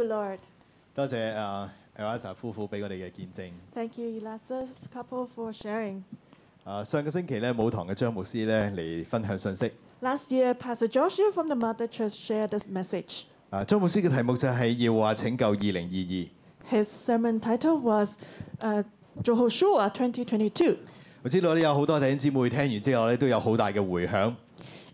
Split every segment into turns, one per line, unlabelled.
Lord.
多謝啊 Elsa 夫婦俾我哋嘅見證。
Thank you, Elasa's couple, for sharing.
啊，上個星期咧，母堂嘅張牧師咧嚟分享信息。
Last year, Pastor Joshua from the Mother Church shared this message.
啊，張牧師嘅題目就係要話拯救二零二
His sermon title was uh, Jehoshua 2022.
二。我知道咧有好多弟兄姊妹聽完之後咧都有好大嘅迴響。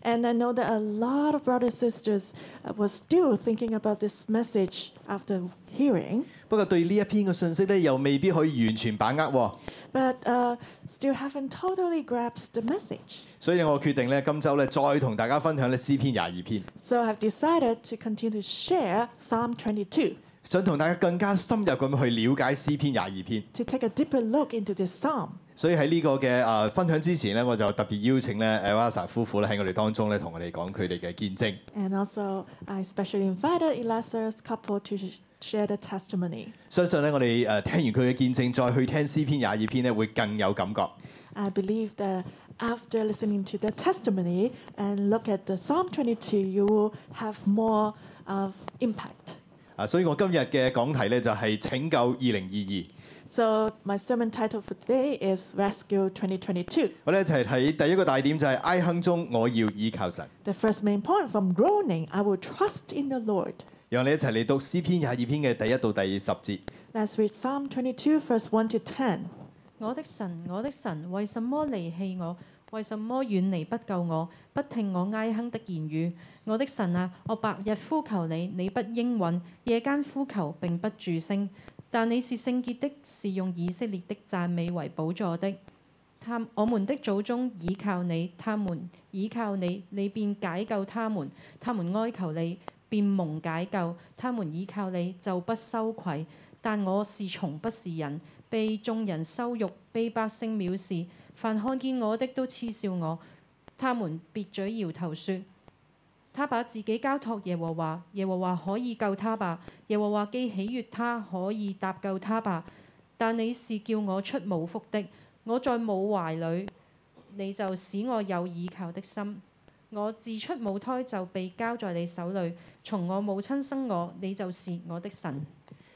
And I know that a lot of brothers and sisters uh, were still thinking about this message after hearing,
不過對呢一篇嘅信息咧又未必可以完全把握喎。
but uh, still haven't totally grasped the message.
所以我決定咧，今週咧再同大家分享咧詩篇廿二篇，
So I've decided to continue to share Psalm 22
想同大家更加深入咁去了解詩篇廿二篇。
to take a deeper look into this psalm.
所以喺呢個嘅啊分享之前咧，我就特別邀請咧 e l a s a 夫婦咧喺我哋當中咧同我哋講佢哋嘅見證。
And also, uh, I specially invited Elasa's couple to sh- share their testimony.
相信咧我哋誒聽完佢嘅見證，再去聽詩篇廿二篇咧，會更有感覺。
I believe that after listening to their testimony and look at the Psalm 22, you will have more of impact.
啊，所以我今日嘅講題咧就係、拯救二零二二。
So my sermon title for today is Rescue 2022.
我哋一齊睇第一個大點就係、哀哼中我要倚靠神。
The first main point from groaning, I will trust in the Lord.
讓你一齊嚟讀詩篇廿二篇嘅第一到第十節。
Let's read Psalm 22, verse 1 to 10.
我的神，我的神，為什麼離棄我？為什麼遠離不救我？不聽我哀哼的言語。我的神啊，我白日呼求你，你不應允；夜間呼求並不住聲。但你是聖潔的，是用以色列的讚美為寶座的。他我們的祖宗倚靠你，他們倚靠你，你便解救他們；他們哀求你，便蒙解救；他們倚靠你就不羞愧。但我是從不是人。被眾人羞辱，被百姓藐視。凡看見我的都嗤笑我，他們別嘴搖頭說：他把自己交託耶和華，耶和華可以救他吧。耶和華既喜悅他，可以搭救他吧。但你是叫我出母腹的，我在母懷裏，你就使我有倚靠的心。我自出母胎就被交在你手裏，從我母親生我，你就是我的神。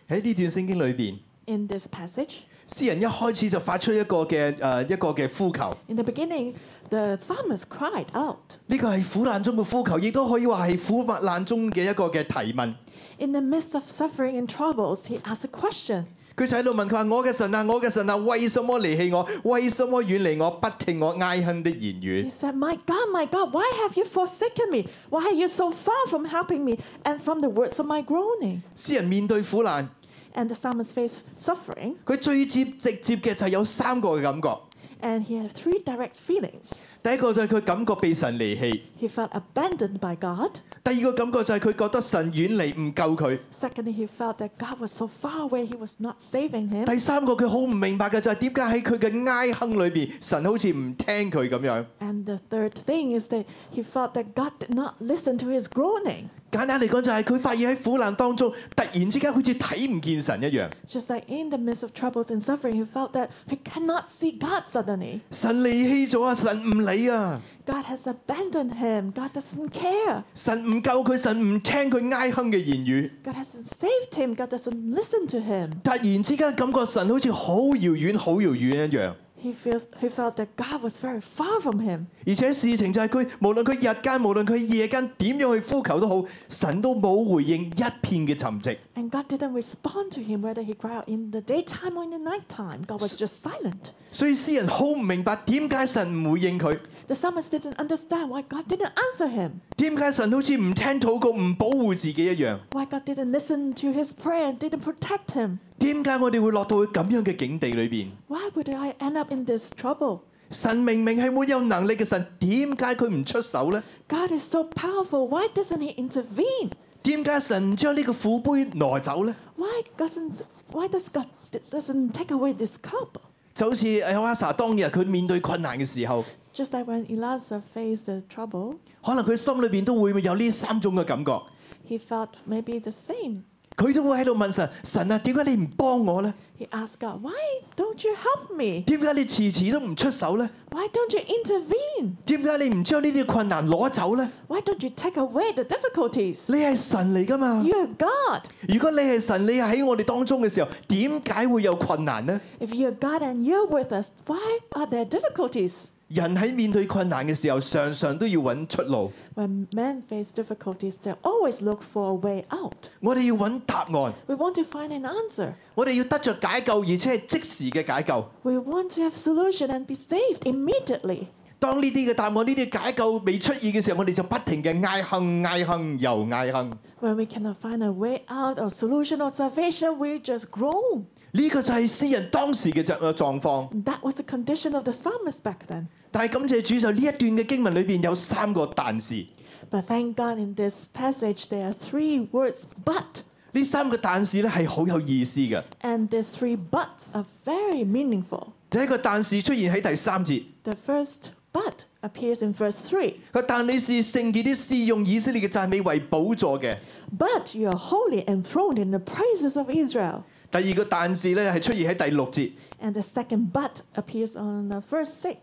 喺呢段聖經裏邊，
In this passage,
詩人一開始就發出一個嘅誒、呃一個嘅呼求。
in the beginning, the psalmist cried out.
呢個係苦難中嘅呼求，亦都可以話係苦難中嘅一個嘅提問。
In the midst of suffering and troubles, he asked a question.
佢就喺度問佢話：我嘅神啊，我嘅神啊，為什麼離棄我？為什麼遠離我？不聽我哀哼的言
He
語。
said, My God, my God, why have you forsaken me? Why are you so far from helping me and from the words of my groaning?
詩人面對苦難，
And the psalmist faced suffering,
佢最接直接嘅就係有三個嘅感覺。
and he had three direct feelings.
第一個就係佢感覺被神離棄；
He felt abandoned by God.
第二個感覺就係佢覺得神遠離唔救佢；
Secondly, he felt that God was so far away, he was not saving him.
第三個佢好唔明白嘅就係點解喺佢嘅哀哼裏邊，神好似唔聽佢咁樣。
And the third thing is that he felt that God did not listen to his groaning.
簡單嚟講就係佢發現喺苦難當中，突然之間好似睇唔見神一樣。
Just like in the midst of troubles and suffering, he felt that he cannot see God suddenly.
神離棄咗啊！神唔理啊！
God has abandoned him. God doesn't care.
神唔救佢，神唔聽佢哀哼嘅言語。
God hasn't saved him. God doesn't listen to him.
突然之間感覺神好似好遙遠、好遙遠一樣。
He feels he felt that God was very far from him.
而且事情就係佢，無論佢日間，無論佢夜間點樣去呼求都好，神都冇回應一片嘅沉寂。
And God didn't respond to him whether he cried out in the daytime or in the nighttime. God was just silent.
所以詩人好唔明白點解神唔回應佢，
The psalmist didn't understand why God didn't answer him,
點解神好似唔聽禱告、唔保護自己一樣。
why God didn't listen to his prayer and didn't protect him.
點解我哋會落到去咁樣嘅境地裏邊？
Why would I end up in this trouble?
神明明係沒有能力嘅神，點解佢唔出手呢？
God is so powerful. Why doesn't he intervene?
點解神唔將呢個苦杯挪走呢？
Why doesn't why does God doesn't take away this cup?
就好似 Elsa 當日佢面對困難嘅時候，
Just like when Elijah faced the trouble,
可能佢心裏邊都會有呢三種嘅感覺，
he felt maybe the same.
佢都會喺度問神：神啊，點解你唔幫我呢？
He asked God, Why don't don't you help me?
點解你遲遲都唔出手呢？
Why don't you intervene?
點解你唔將呢啲困難攞走呢？
Why don't you take away the difficulties?
你係神嚟噶嘛？
You're God.
如果你係神，你喺我哋當中嘅時候，點解會有困難呢？
If you're God and you're with us, why are there difficulties?
人喺面對困難嘅時候，常常都要揾出路。
When men face difficulties, they always look for a way out.
我哋要揾答案，
We want to find an answer.
我哋要得着解救，而且係即時嘅解救。
We want to have solution and be saved immediately.
當呢啲嘅答案、呢啲解救未出現嘅時候，我哋就不停嘅嗌哼、嗌哼、又嗌哼。
When we cannot find a way out or solution or salvation, we just groan.
呢、個就係詩人當時嘅狀狀況。
That was the condition of the psalmist back then.
但係感謝主就呢一段嘅經文裏邊有三個但是，
But thank God in this passage there are three words but.
呢三個但是咧係好有意思嘅。
And these three buts are very meaningful.
第一個但是出現喺第三節，
The first but appears in verse 3.
佢但你是聖潔啲，是用以色列嘅讚美為寶座嘅。
But you are holy enthroned in the praises of Israel.
第二個但是咧係出現喺第六節，
And the second but appears on uh, verse 6.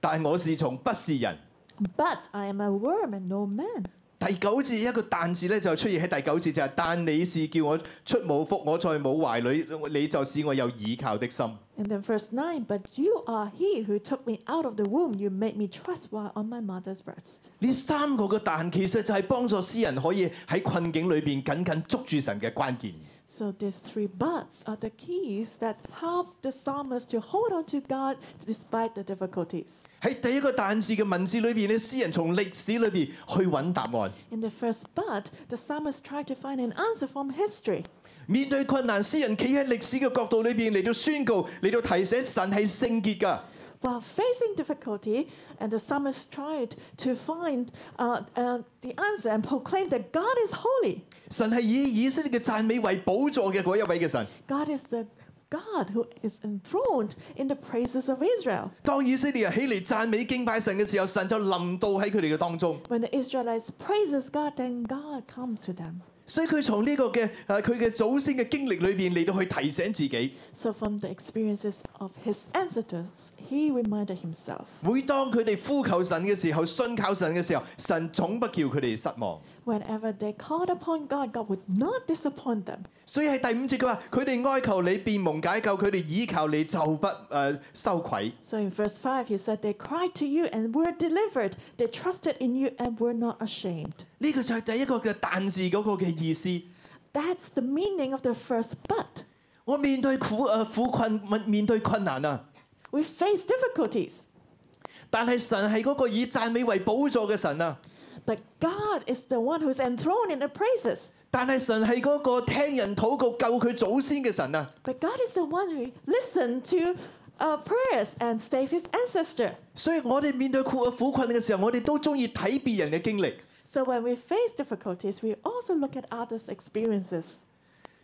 但我是從不是人。
But I am a worm and no man.
第九節一個但字咧就出現喺第九節，就係、但你是叫我出母腹，我在母懷裏，你就使我有倚靠的心。
And then verse 9, but you are he who took me out of the womb. You made me trust while on my mother's breast.
呢三個嘅但其實就係幫助詩人可以喺困境裏邊緊緊捉住神嘅關鍵。
So these three buts are the keys that help the psalmist to hold on to God despite the difficulties.
喺第一個但字嘅文字裏邊咧，詩人從歷史裏邊去揾答案。
In the first but, the psalmist tried to find an answer from history.
面對困難，詩人企喺歷史嘅角度裏邊嚟到宣告，嚟到提醒神係聖潔㗎。
While facing difficulty, and the psalmist tried to find uh, uh, the answer and proclaim that God is holy.
神係以以色列嘅讚美為寶座嘅嗰一位嘅神。
God is the God who is enthroned in the praises of Israel.
當以色列人起嚟讚美敬拜神嘅時候，神就臨到喺佢哋嘅當中。
When the Israelites praises God, then God comes to them.
所以佢從呢個嘅誒佢嘅祖先嘅經歷裏邊嚟到去提醒自己，
So from the experiences of his ancestors, he reminded himself.
每當佢哋呼求神嘅時候、信靠神嘅時候，神總不叫佢哋失望。
Whenever they called upon God, God would not disappoint them.
所以喺第五節佢話：佢哋哀求你，便蒙解救；佢哋倚靠你，就不誒、呃羞愧。
So in verse 5, he said, They cried to you and were delivered. They trusted in you and were not ashamed.
呢、個就係第一個嘅但字嗰個嘅意思。
That's the meaning of the first but.
我面對苦誒、呃苦困，面面對困難啊！
We face difficulties,
但係神係嗰個以讚美為寶座嘅神啊！
but God is the one who's enthroned in the praises.
但係神係嗰個聽人禱告救佢祖先嘅神啊！
But God is the one who listened to uh, prayers and saved his ancestor.
所以我哋面對苦呃苦困嘅時候，我哋都中意睇別人嘅經歷。
So when we face difficulties, we also look at others' experiences.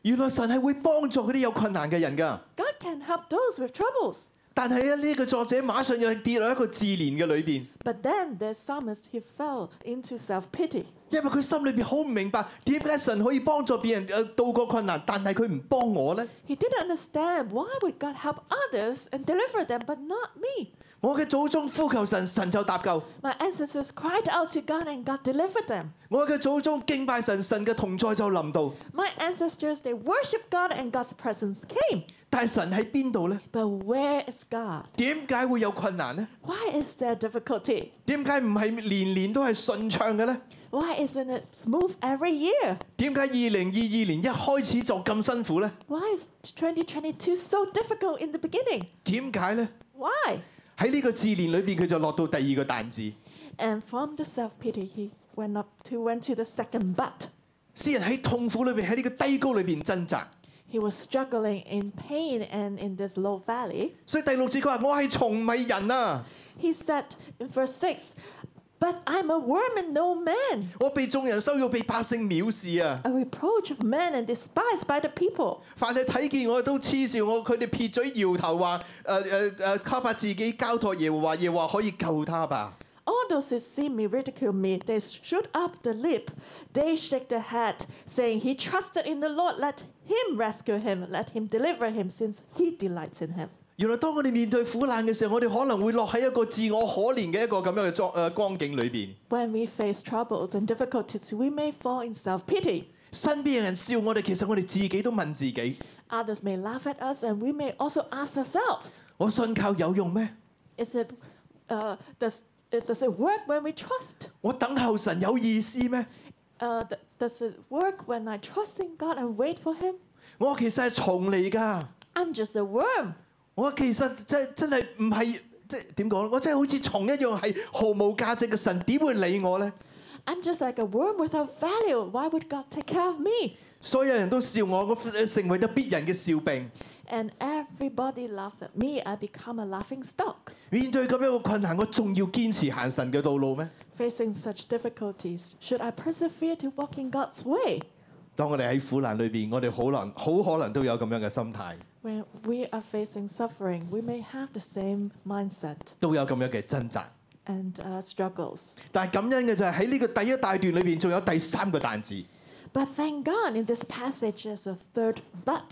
原來神係會幫助嗰啲有困難嘅人㗎。
God can help those with troubles.
但係咧，呢個作者馬上又跌落一個自憐嘅裏邊，
But then the psalmist he fell into self-pity
因為佢心裏邊好唔明白點解神可以幫助別人誒、呃渡過困難，但係佢唔幫我呢？
He didn't understand why would God help others and deliver them but not me.
我嘅祖宗呼求神，神就搭救；
My ancestors cried out to God and God delivered them.
我嘅祖宗敬拜神，神嘅同在就臨到。
My ancestors they worshiped God and God's presence came.
但係神喺邊度呢？
But where is God?
點解會有困難呢？
Why is there difficulty?
點解唔係年年都係順暢嘅呢？
Why isn't it smooth every year?
點解二零二二年一開始就咁辛苦呢？
Why is 2022 so difficult in the beginning?
點解呢？
Why?
喺呢個字年裏邊，佢就落到第二個但字。
And from the self-pity he went up to went to the second but.
詩人喺痛苦裏邊，喺呢個低谷裏邊掙扎。
He was struggling in pain and in this low valley.
所以第六節佢話：我係從米人啊，
He said in verse 6, But I'm a worm and no man,
我被眾人羞辱，被百姓藐視啊！
a reproach of men and despised by the people.
凡係睇見我都嗤笑我，佢哋撇嘴搖頭話：呃誒誒誒，他把自己交託耶和華，耶和華可以救他吧。
All those who see me ridicule me, they shoot up the lip, they shake their head, saying, He trusted in the Lord, let him rescue him, let him deliver him, since he delights in him.
原來當我哋面對苦難嘅時候，我哋可能會落喺一個自我可憐嘅一個咁樣嘅裝誒光景裏邊。
When we face troubles and difficulties, we may fall in self pity.
身邊嘅人笑我哋，其實我哋自己都問自己：
Others may laugh at us, and we may also ask ourselves
我信靠有用咩？
is it, uh, does, it, does it work when we trust?
我等候神有意思咩？
Uh, th- does it work when I trust in God and wait for Him?
我其實係蟲嚟㗎，
I'm just a worm.
我其實真真係唔係即係點講？我真係好似蟲一樣，係毫無價值嘅神，點會理我呢？
I'm just like a worm without value. Why would God take care of me?
所有人都笑我，我成為咗別人嘅笑柄。
And everybody laughs at me. I become a laughing stock.
面對咁樣嘅困難，我仲要堅持行神嘅道路咩？
Facing such difficulties, should I persevere to walk in God's way?
當我哋喺苦難裏邊，我哋好能好可能都有咁樣嘅心態，
When we are facing suffering, we may have the same mindset
都有咁樣嘅掙扎。
and uh, struggles.
但係感恩嘅就係喺呢個第一大段裏邊，仲有第三個彈字。
But thank God, in this passage, there's a third but.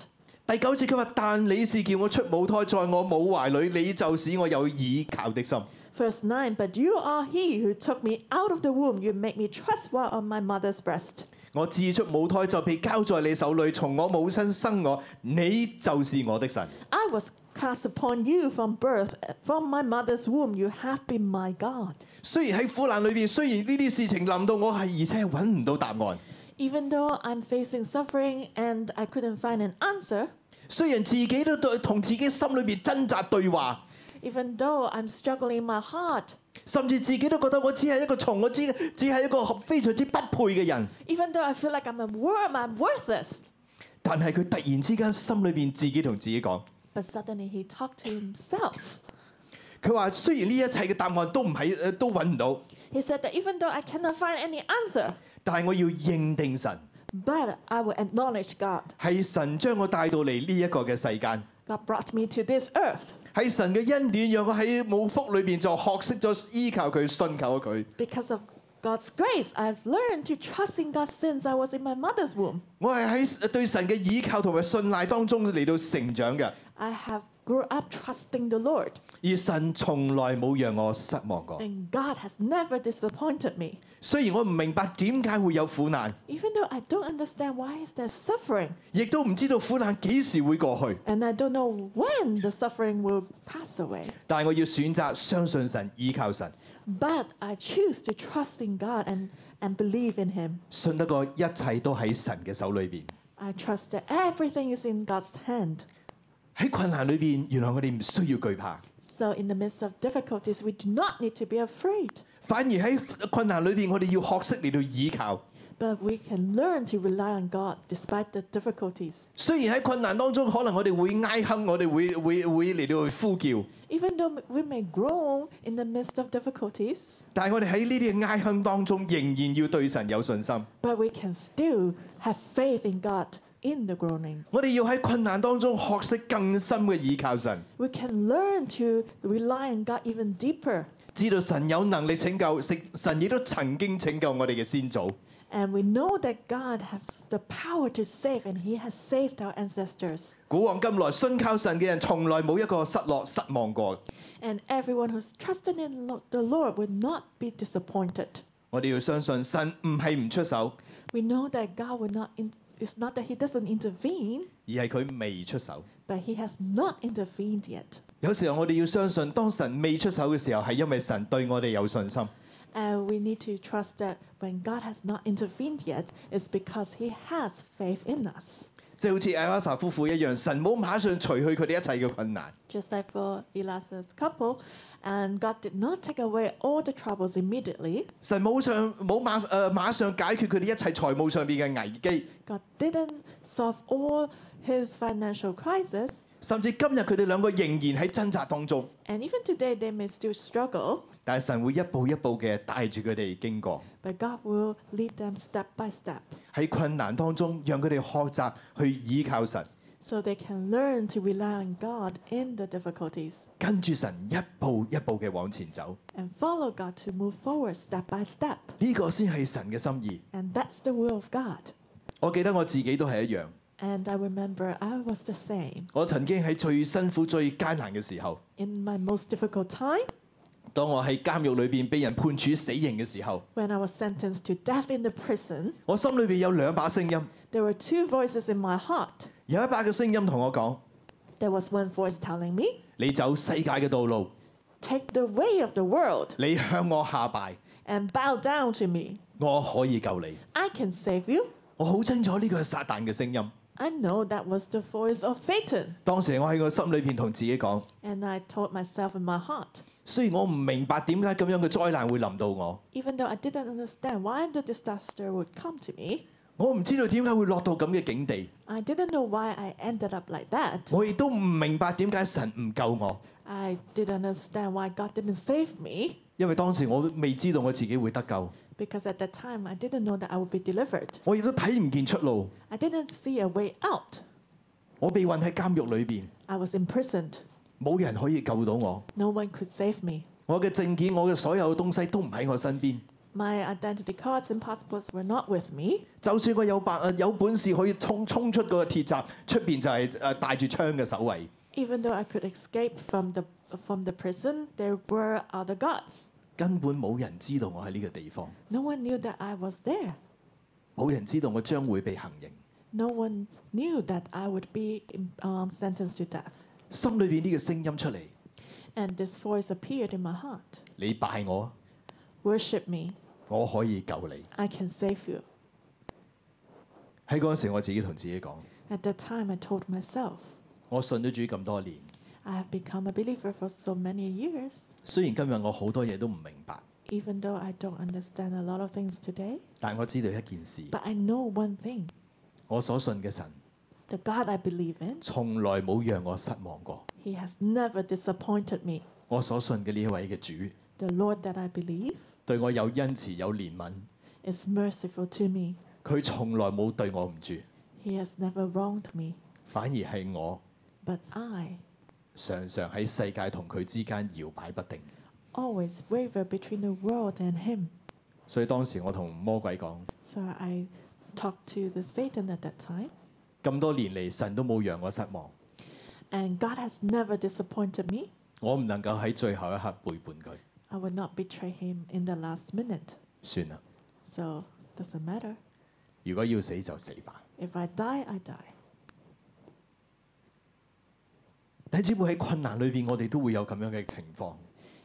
第九節佢話：但你是叫我出母胎，在我母懷裏，你就使我有倚靠的心。
Verse 9 But you are he who took me out of the womb. You make me trust while on my mother's breast.
我自出母胎就被交在你手裏，從我母親生我，你就是我的神。
I was cast upon you from birth. From my mother's womb, you have been my God.
雖然喺苦難裏邊，雖然呢啲事情臨到我係，而且係揾唔到答案。
Even though I'm facing suffering and I couldn't find an answer,
雖然自己都對同自己心裏邊掙扎對話，
even though I'm struggling in my heart,
甚至自己都覺得我只係一個蟲，我只只係一個非常之不配嘅人。
even though I feel like I'm a worm, I'm worthless.
但係佢突然之間心裏邊自己同自己講，
But suddenly he talked to himself.
佢話雖然呢一切嘅答案都唔喺，呃都揾唔到，
He said that even though I cannot find any answer,
但係我要認定神，
but I will acknowledge God.
係神將我帶到嚟呢一個嘅世間，
God brought me to this earth
係神嘅恩典讓我喺冇福裏邊就學識咗依靠佢、信靠佢。
because of God's grace. I've learned to trust in God since I was in my mother's womb.
我係喺呃對神嘅倚靠同埋信賴當中嚟到成長嘅，
I have grew up trusting the Lord,
而神從來冇讓我失望過。
and God has never disappointed me.
雖然我唔明白點解會有苦難，
Even though I don't understand why is there suffering,
亦都唔知道苦難幾時會過去，
and I don't know when the suffering will pass away,
但係我要選擇相信神、依靠神，
but I choose to trust in God and, and believe in Him.
信得過一切都喺神嘅手裏邊。
I trust that everything is in God's hand.
喺困難裏邊，原來我哋唔需要懼怕，
So in the midst of difficulties, we do not need to be afraid,
反而喺困難裏邊，我哋要學識嚟到倚靠。
but we can learn to rely on God despite the difficulties.
雖然喺困難當中，可能我哋會哀哼，我哋會會會嚟到去呼叫，
Even though we may groan in the midst of difficulties,
但係我哋喺呢啲嘅哀哼當中，仍然要對神有信心。
but we can still have faith in God in the groanings.
我哋要喺困難當中學識更深嘅倚靠神，
We can learn to rely on God even deeper,
知道神有能力拯救，神神亦都曾經拯救我哋嘅先祖。
and we know that God has the power to save, and He has saved our ancestors.
古往今來，信靠神嘅人從來冇一個失落、失望過。
And everyone who's trusted in lo- the Lord will not be disappointed.
我哋要相信神唔係唔出手，
We know that God will not. In- it's not that He doesn't intervene,
而係佢未出手。
but He has not intervened yet.
有時候我哋要相信，當神未出手嘅時候，係因為神對我哋有信心。
And Uh, we need to trust that when God has not intervened yet, it's because He has faith in us.
即係好似艾拉莎夫婦一樣，神冇馬上除去佢哋一切嘅困難，
Just like for Eliza's couple, and God did not take away all the troubles immediately.
神冇上冇馬誒、呃、馬上解決佢哋一切財務上邊嘅危機，
God didn't solve all His financial crisis,
甚至今日佢哋兩個仍然喺掙扎當中。
and even today they may still struggle.
但係神會一步一步嘅帶住佢哋經過，
But God will lead them step by step,
喺困難當中，讓佢哋學習去倚靠神，
so they can learn to rely on God in the difficulties.
跟住神一步一步嘅往前走。
and follow God to move forward step by step.
呢、個先係神嘅心意。
And that's the will of God.
我記得我自己都係一樣，
And I remember I was the same.
我曾經喺最辛苦、最艱難嘅時候，
In my most difficult time,
當我喺監獄裏邊被人判處死刑嘅時候，
when I was sentenced to death in the prison,
我心裏邊有兩把聲音，
there were two voices in my heart.
有一把嘅聲音同我講：
There was one voice telling me,
你走世界嘅道路，
Take the way of the world
你向我下拜，
and bow down to me.
我可以救你。
I can save you.
我好清楚呢個係撒旦嘅聲音。
I know that was the voice of Satan.
當時我喺我心裏邊同自己講：
And I told myself in my heart,
雖然我唔明白點解咁樣嘅災難會臨到我，
even though I didn't understand why the disaster would come to me,
我唔知道點解會落到咁嘅境地，
I didn't know why I ended up like that.
我亦都唔明白點解神唔救我，
I didn't understand why God didn't save me
因為當時我未知道我自己會得救，
because at that time I didn't know that I would be delivered.
我亦都睇唔見出路，
I didn't see a way out.
我被困喺監獄裏邊，
I was imprisoned.
冇人可以救到我，
No one could save me.
我嘅證件、我嘅所有東西都唔喺我身邊。
My identity cards and passports were not with me.
就算我有白有本事可以衝衝出嗰個鐵閘，出邊就係誒帶住槍嘅守衞。
Even though I could escape from the from the prison, there were other gods.
根本冇人知道我喺呢個地方，
No one knew that I was there.
冇人知道我將會被行刑。
No one knew that I would be um, sentenced to death.
心裏邊呢個聲音出嚟，
And this voice appeared in my heart
你拜我，
Worship me,
我可以救你。
I can save you.
喺嗰陣時，我自己同自己講：
At that time, I told myself,
我信咗主咁多年，
I have become a believer for so many years.
雖然今日我好多嘢都唔明白，
Even though I don't understand a lot of things today,
但我知道一件事：
but I know one thing
我所信嘅神
the God I believe in,
從來冇讓我失望過。
He has never disappointed me.
我所信嘅呢一位嘅主，
The Lord that I believe
對我有恩慈有憐憫，
is merciful to me.
佢從來冇對我唔住，
He has never wronged me,
反而係我
but I
常常喺世界同佢之間搖擺不定。
always waver between the world and Him.
所以當時我同魔鬼講：
So I talked to the Satan at that time,
咁多年嚟，神都冇讓我失望，
and God has never disappointed me.
我唔能夠喺最後一刻背叛佢，
I will not betray Him in the last minute.
算啦。
So doesn't matter.
如果要死就死吧。
If I die, I die.
弟兄姊妹喺困難裏邊，我哋都會有咁樣嘅情況。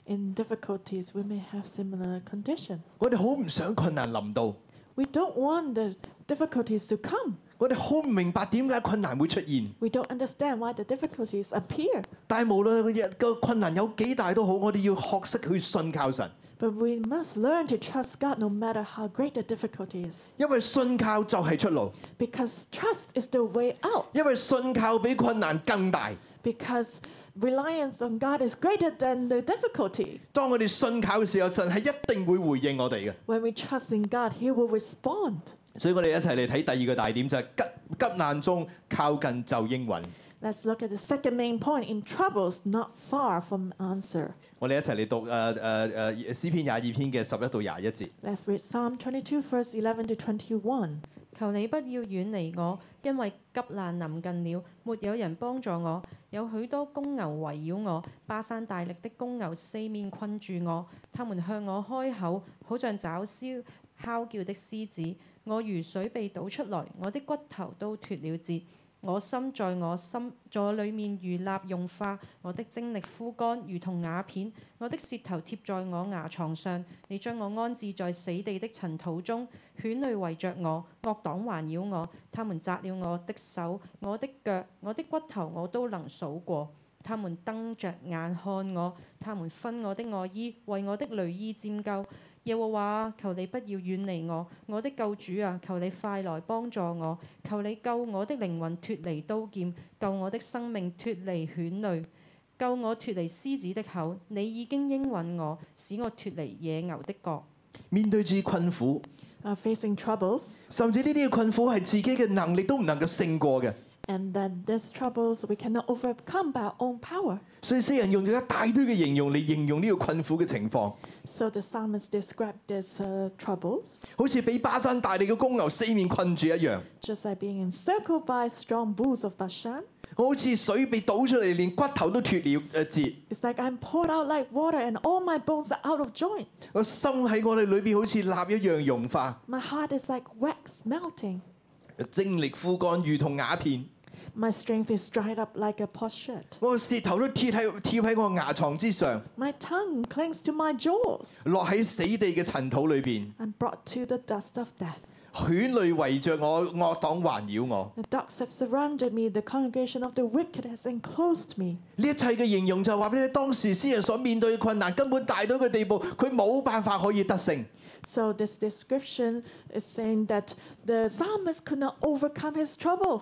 In difficulties, we may have similar condition.
我哋好唔想困難臨到，
We don't want the difficulties to come.
我哋好唔明白點解困難會出現。
We don't understand why the difficulties appear.
但係無論個個困難有幾大都好，我哋要學識去信靠神，
But we must learn to trust God no matter how great the difficulty is.
因為信靠就係出路，
Because trust is the way out.
因為信靠比困難更大。
Because reliance on God is greater than the difficulty.
當我哋信靠嘅時候，神係一定會回應我哋嘅。
When we trust in God, He will respond.
所以我哋一齊嚟睇第二個大點，就係、急急難中靠近就應允。
Let's look at the second main point in troubles not far from answer.
我哋一齊嚟讀呃誒誒誒詩篇廿二篇嘅十一到廿一節。
Let's read Psalm 22, verse 11 to 21.
求你不要遠離我，因為急難臨近了，沒有人幫助我，有許多公牛圍繞我，巴山大力的公牛四面困住我，他們向我開口，好像爪燒敲叫的獅子。我如水被倒出來，我的骨頭都脱了節。我心在我心在裏面如蠟融化，我的精力枯乾，如同瓦片。我的舌頭貼在我牙床上，你將我安置在死地的塵土中。犬類圍着我，惡黨環繞我，他們扎了我的手、我的腳、我的骨頭，我都能數過。他們瞪着眼看我，他們分我的外衣，為我的雷衣佔救。耶和華啊，求你不要遠離我，我的救主啊，求你快來幫助我，求你救我的靈魂脱離刀劍，救我的生命脱離犬類，救我脱離獅子的口。你已經應允我，使我脱離野牛的角。
面對住困苦，
Are facing Uh, troubles,
甚至呢啲嘅困苦係自己嘅能力都唔能夠勝過嘅。
and that these troubles we cannot overcome by our own power.
所以詩人用咗一大堆嘅形容嚟形容呢個困苦嘅情況，
So the psalmist described these uh, troubles
好似俾巴山大地嘅公牛四面困住一樣，
just like being encircled by strong bulls of Bashan.
好似水被倒出嚟，連骨頭都脱了誒節。
It's like I'm poured out like water and all my bones are out of joint.
個心喺我哋裏邊好似蠟一樣融化，
My heart is like wax melting.
精力枯乾，如同瓦片。
My strength is dried up like a potsherd.
我個舌頭都貼喺貼喺我牙床之上，
My tongue clings to my jaws.
落喺死地嘅塵土裏邊。
I'm brought to the dust of death.
犬類圍着我，惡黨環繞我。
The dogs have surrounded me, the congregation of the wicked has enclosed me.
呢一切嘅形容就係話俾你聽，當時詩人所面對嘅困難根本大到一個地步，佢冇辦法可以得勝。
So this description is saying that the psalmist could not overcome his trouble.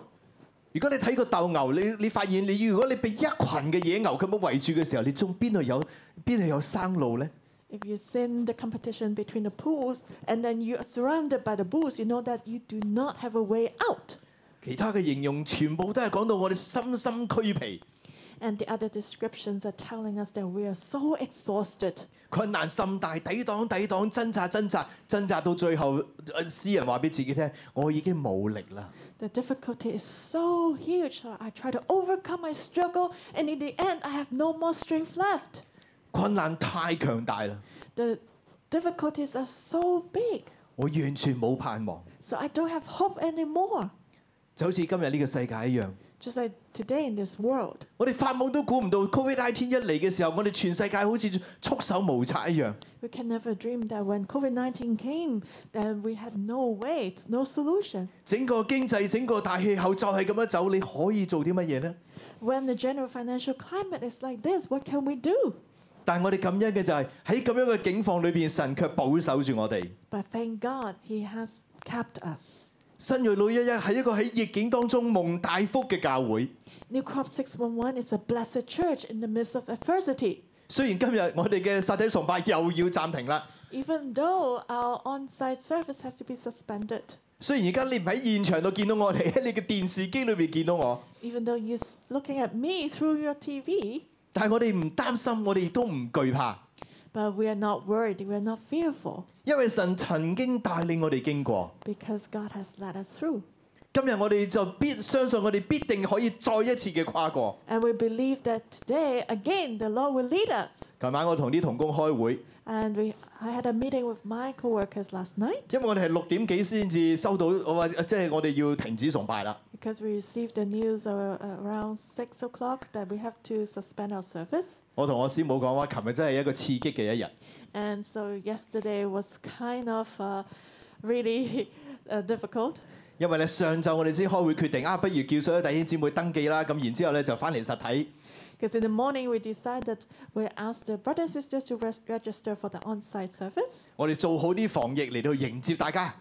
如果你睇個鬥牛，你你發現你如果你被一群嘅野牛咁樣圍住嘅時候，你仲邊度有邊度有生路呢？
If you see the competition between the pools and then you are surrounded by the bulls, you know that you do not have a way out.
其他嘅形容全部都係講到我哋深深俱疲，
And the other descriptions are telling us that we are so exhausted.
困難甚大，抵擋抵擋，掙扎掙扎，掙扎到最後，呃詩人話俾自己聽：我已經冇力啦。
The difficulty is so huge that I try to overcome my struggle, and in the end, I have no more strength left.
困難太強大啦，
The difficulties are so big,
我完全冇盼望，
so I don't have hope anymore.
就好似今日呢個世界一樣。
Just like today in this world,
我哋發夢都估唔到 Covid 19一嚟嘅時候，我哋全世界好似束手無策一樣。
we can never dream that when COVID 19 came, then we had no way, it's no solution.
整個經濟、整個大氣候就係咁樣走，你可以做啲乜嘢呢？
When the general financial climate is like this, what can we do?
但係我哋感恩嘅就係喺咁樣嘅境況裏邊，神卻保守住我哋。
But thank God, He has kept us.
新锐老一一係一個喺逆境當中蒙大福嘅教會。
New Crop 611 is a blessed church in the midst of adversity.
雖然今日我哋嘅實體崇拜又要暫停啦，
Even though our on site service has to be suspended,
雖然而家你唔喺現場度見到我哋，喺你嘅電視機裏邊見到我，
even though you're s- looking at me through your TV,
但係我哋唔擔心，我哋亦都唔懼怕，
but we are not worried, we are not fearful,
因為神曾經帶領我哋經過。
because God has led us through.
今日我哋就必相信我哋必定可以再一次嘅跨過。
And we believe that today, again, the Lord will lead us.
琴晚我同啲童工開會，
And we, I had a meeting with my coworkers last night
因為我哋係六點幾先至收到，我話即係我哋要停止崇拜啦。
because we received the news uh, around 6 o'clock that we have to suspend our service.
我同我師母講話，琴日真係一個刺激嘅一日。
And so yesterday was kind of uh, really uh, difficult
因為咧上晝我哋先開會決定啊，不如叫所有弟兄姊妹登記啦，咁然之後咧就翻嚟實體。
because in the morning we decided we asked the brothers and sisters to res- register for the on-site service
我哋做好啲防疫嚟到迎接大家。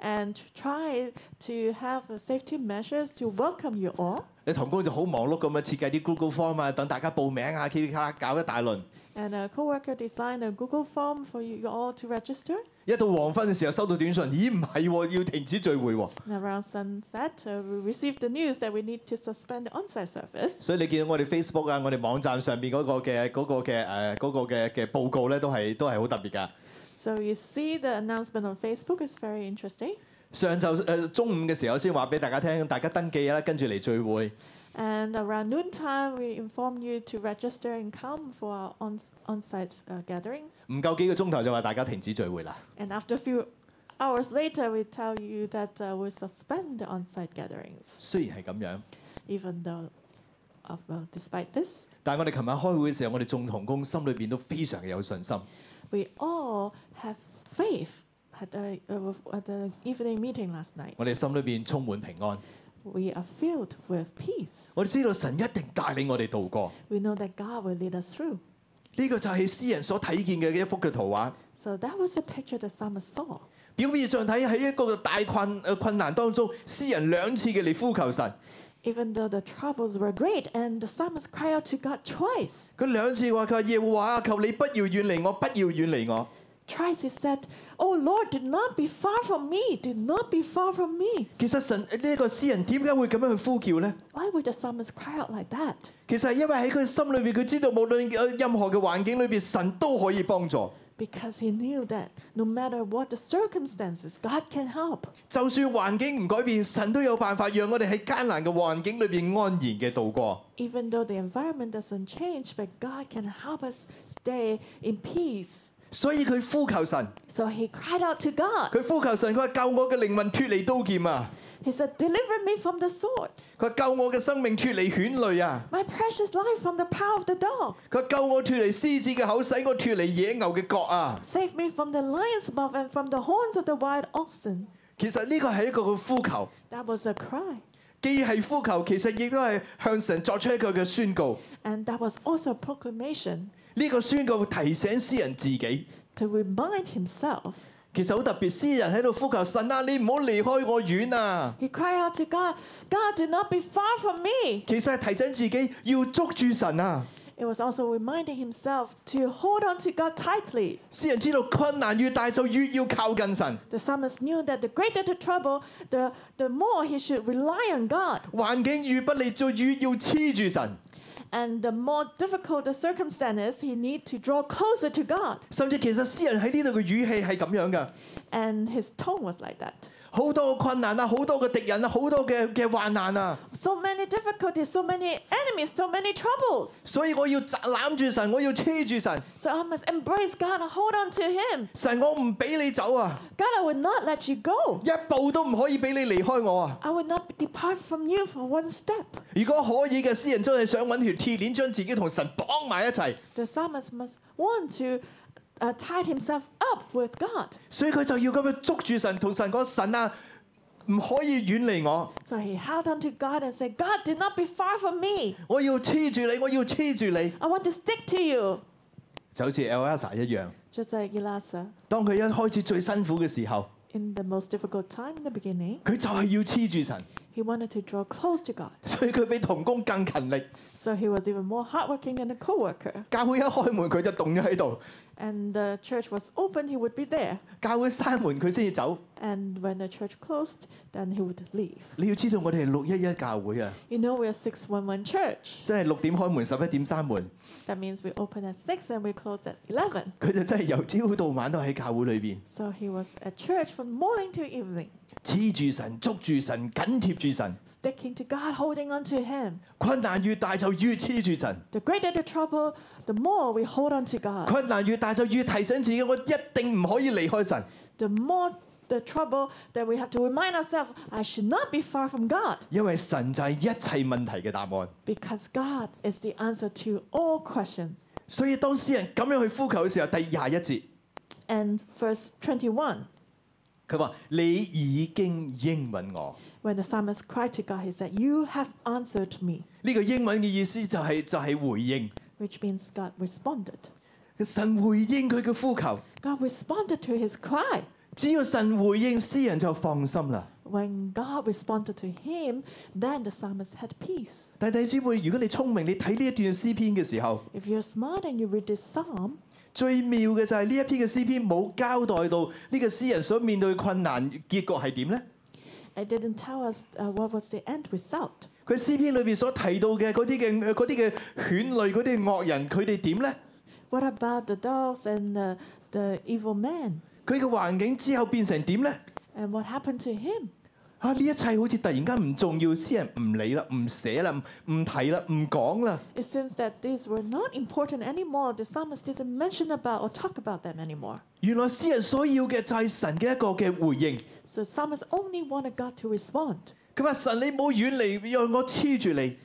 and try to have the safety measures to welcome you all.
你童工就好忙碌咁樣設計啲 Google Form 啊，等大家報名啊，噼里卡啦搞一大輪。
And a coworker designed a Google form for you all to register.
一到黃昏嘅時候收到短信，咦唔係喎，要停止聚會喎、
And around sunset, uh, we received the news that we need to suspend the on-site service.
所以你見到我哋 Facebook 啊，我哋網站上邊嗰個嘅嗰、個嘅誒嗰個嘅嘅報告咧，都係都係好特別㗎。
So you see the announcement on Facebook is very interesting.
上晝誒、呃中午嘅時候先話俾大家聽，大家登記啦，跟住嚟聚會。
And around noontime, we inform you to register and come for our on- on-site uh, gatherings.
唔夠幾個鐘頭就話大家停止聚會啦。
And after a few hours later, we tell you that uh, we suspend the on-site gatherings.
雖然係咁樣，
Even though, uh, well, despite this,
但係我哋琴晚開會嘅時候，我哋眾同工心裏邊都非常嘅有信心。
we all have faith. At the, uh, with- at the evening meeting last night,
我哋心裏邊充滿平安。
we are filled with peace.
我哋知道神一定帶領我哋度過。
We know that God will lead us through.
呢、個就係詩人所睇見嘅一幅嘅圖畫。
So that was the picture the psalmist saw.
表面上睇喺一個大困誒困難當中，詩人兩次嘅嚟呼求神。
Even though the troubles were great, and the psalmist cried out to God twice.
佢兩次話：佢話耶和華啊，求你不要遠離我，不要遠離我。
twice he said, Oh Lord, do not be far from me, do not be far from me.
其實神呢、個詩人點解會咁樣去呼叫呢？
Why would the psalmist cry out like that?
其實係因為喺佢心裏邊，佢知道無論呃任何嘅環境裏邊，神都可以幫助。
Because he knew that no matter what the circumstances, God can help.
就算環境唔改變，神都有辦法讓我哋喺艱難嘅環境裏邊安然嘅度過。
Even though the environment doesn't change, but God can help us stay in peace.
所以佢呼求神，
So he cried out to God.
佢呼求神，佢話救我嘅靈魂脱離刀劍啊！
He said, Deliver me from the sword,
佢話救我嘅生命脱離犬類啊！
my precious life from the power of the dog.
佢話救我脱離獅子嘅口，使我脱離野牛嘅角啊！
Save me from the lion's mouth and from the horns of the wild oxen.
其實呢個係一個嘅呼求，
That was a cry.
既係呼求，其實亦都係向神作出一個嘅宣告。
And that was also a proclamation
呢、個宣告提醒詩人自己。
to remind himself.
其實好特別，詩人喺度呼求神啊，你唔好離開我遠啊！
He cried out to God, God, do not be far from me.
其實係提醒自己要捉住神啊！
It was also reminding himself to hold on to God tightly.
詩人知道困難越大就越要靠近神，
The psalmist knew that the greater the trouble, the, the more he should rely on God.
環境越不利就越要黐住神，
And the more difficult the circumstances, he need to draw closer to God.
甚至其實詩人喺呢度嘅語氣係咁樣噶，
And his tone was like that.
好多嘅困難啊，好多嘅敵人啊，好多嘅嘅患難啊，
So many difficulties, so many enemies, so many troubles.
所以我要攬住神，我要黐住神，
So I must embrace God and hold on to him.
神我唔俾你走啊，
God, I will not let you go.
一步都唔可以俾你離開我啊！
I will not depart from you for one step.
如果可以嘅，詩人真係想揾條鐵鏈將自己同神綁埋一齊。
The psalmist must want to uh, tie himself up with God.
所以佢就要咁樣捉住神，同神講：神啊，唔可以遠離我，
So he held on to God and said, God, do not be far from me.
我要黐住你，我要黐住你，
I want to stick to you.
就好似 Elsa 一樣。
Just like Elasa,
當佢一開始最辛苦嘅時候，
in the most difficult time in the beginning,
佢就係要黐住神，
he wanted to draw close to God.
所以佢比童工更勤力。
So he was even more hardworking than a co-worker.
教會一開門佢就凍咗喺度，
And the church was open, he would be there.
教會閂門佢先至走。
And when the church closed, then he would leave.
你要知道我哋係六一一教會啊，
You know, we're 611 church.
即係六點開門，十一點閂門，
That means we open at 6 and we close at 11.
佢就真係由朝到晚都喺教會裏邊
So he was at church from morning to evening,
黐住神、捉住神、緊貼住神。
sticking to God, holding on to him.
困難越大就越黐住神。
The greater the trouble, the more we hold on to God.
困難越大就越提醒自己，我一定唔可以離開神。
The more the trouble that we have to remind ourselves, I should not be far from God.
因為神就係一切問題嘅答案。
Because God is the answer to all questions.
所以當詩人咁樣去呼求嘅時候，第廿一節，
And verse 21,
佢話：你已經應允我。
when the psalmist cried to God, he said, You have answered me,
呢、個英文嘅意思就係、就係、回應。
which means God responded.
神回應佢嘅呼求，
God responded to his cry.
只要神回應，詩人就放心啦。
When God responded to him, then the psalmist had peace.
但係弟兄姊妹，如果你聰明，你睇呢一段詩篇嘅時候，
If you're smart and you read this psalm,
最妙嘅就係呢一篇嘅詩篇冇交代到呢個詩人所面對嘅困難結果係點呢？
it didn't tell us uh, what was the end result.
佢詩篇裏邊所提到嘅嗰啲嘅嗰啲嘅犬類嗰啲惡人，佢哋點呢？
What about the dogs and uh, the evil man?
佢嘅環境之後變成點呢？
And what happened to him?
啊！呢一切好似突然間唔重要，詩人唔理啦，唔寫啦，唔唔提啦，唔講啦。
It seems that these were not important anymore. The psalmist didn't mention about or talk about them anymore.
原來詩人所要嘅就係神嘅一個嘅回應。
So psalmist only wanted God to respond.
佢話：神，你冇遠離，讓我黐住你。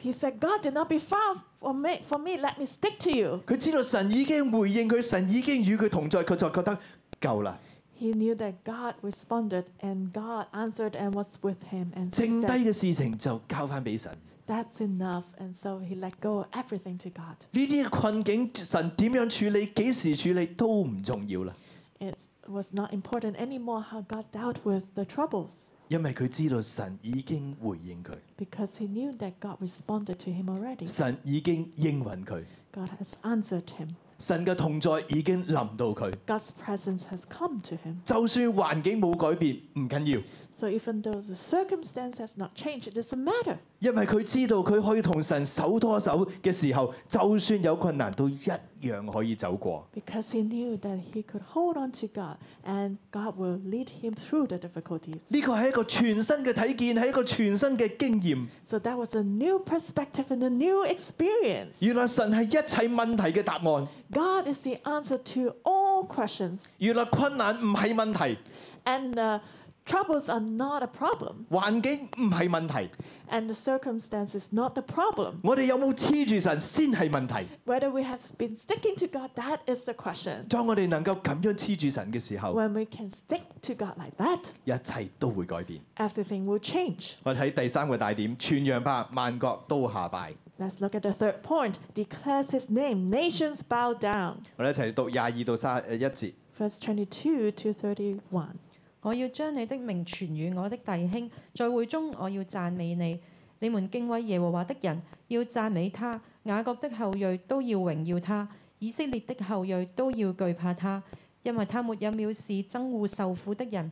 He said, God did not be far from me, from me. Let me stick to you.
佢知道神已經回應佢，神已經與佢同在，佢就覺得夠啦。
He knew that God responded and God answered and was with him. And so he
剩低
said,
嘅事情就交翻俾神。呢
That's enough. And so he let go of everything to God.
啲嘅困境，神點樣處理，幾時處理都唔重要啦。
It was not important anymore how God dealt with the troubles
因為佢知道神已經回應佢，
because he knew that God responded to him already.
神已經應允佢，
God has answered him.
神嘅同在已經臨到佢。
God's presence has come to him.
就算環境冇改變，唔緊
So even though the circumstance has not changed, it doesn't matter
要，因為佢知道佢可以同神手拖手嘅時候，就算有困難都一樣可以走過。
because he knew that he could hold on to God and God will lead him through the difficulties.
呢個係一個全新嘅睇見，係一個全新嘅經驗。
So that was a new perspective and a new experience.
原來神係一切問題嘅答案。
God is the answer to all questions,
原來困難唔係問題，
and uh, troubles are not a problem,
環境唔係問題。
and the circumstance is not the problem.
我哋有冇黐住神先係問題。
Whether we have been sticking to God, that is the question.
當我哋能夠咁樣黐住神嘅時候，
When we can stick to God like that,
一切都會改變。
everything will change.
我睇第三個大點，全揚吧，萬國都下拜。
Let's look at the third point. Declares his name, nations bow down.
我哋一齊讀廿二到三一節。
Verse 22 to 31.
我要將你的名傳與我的弟兄，在會中我要讚美你。你們敬畏耶和華的人要讚美他，雅各的後裔都要榮耀他，以色列的後裔都要懼怕他，因為他沒有藐視憎惡受苦的人，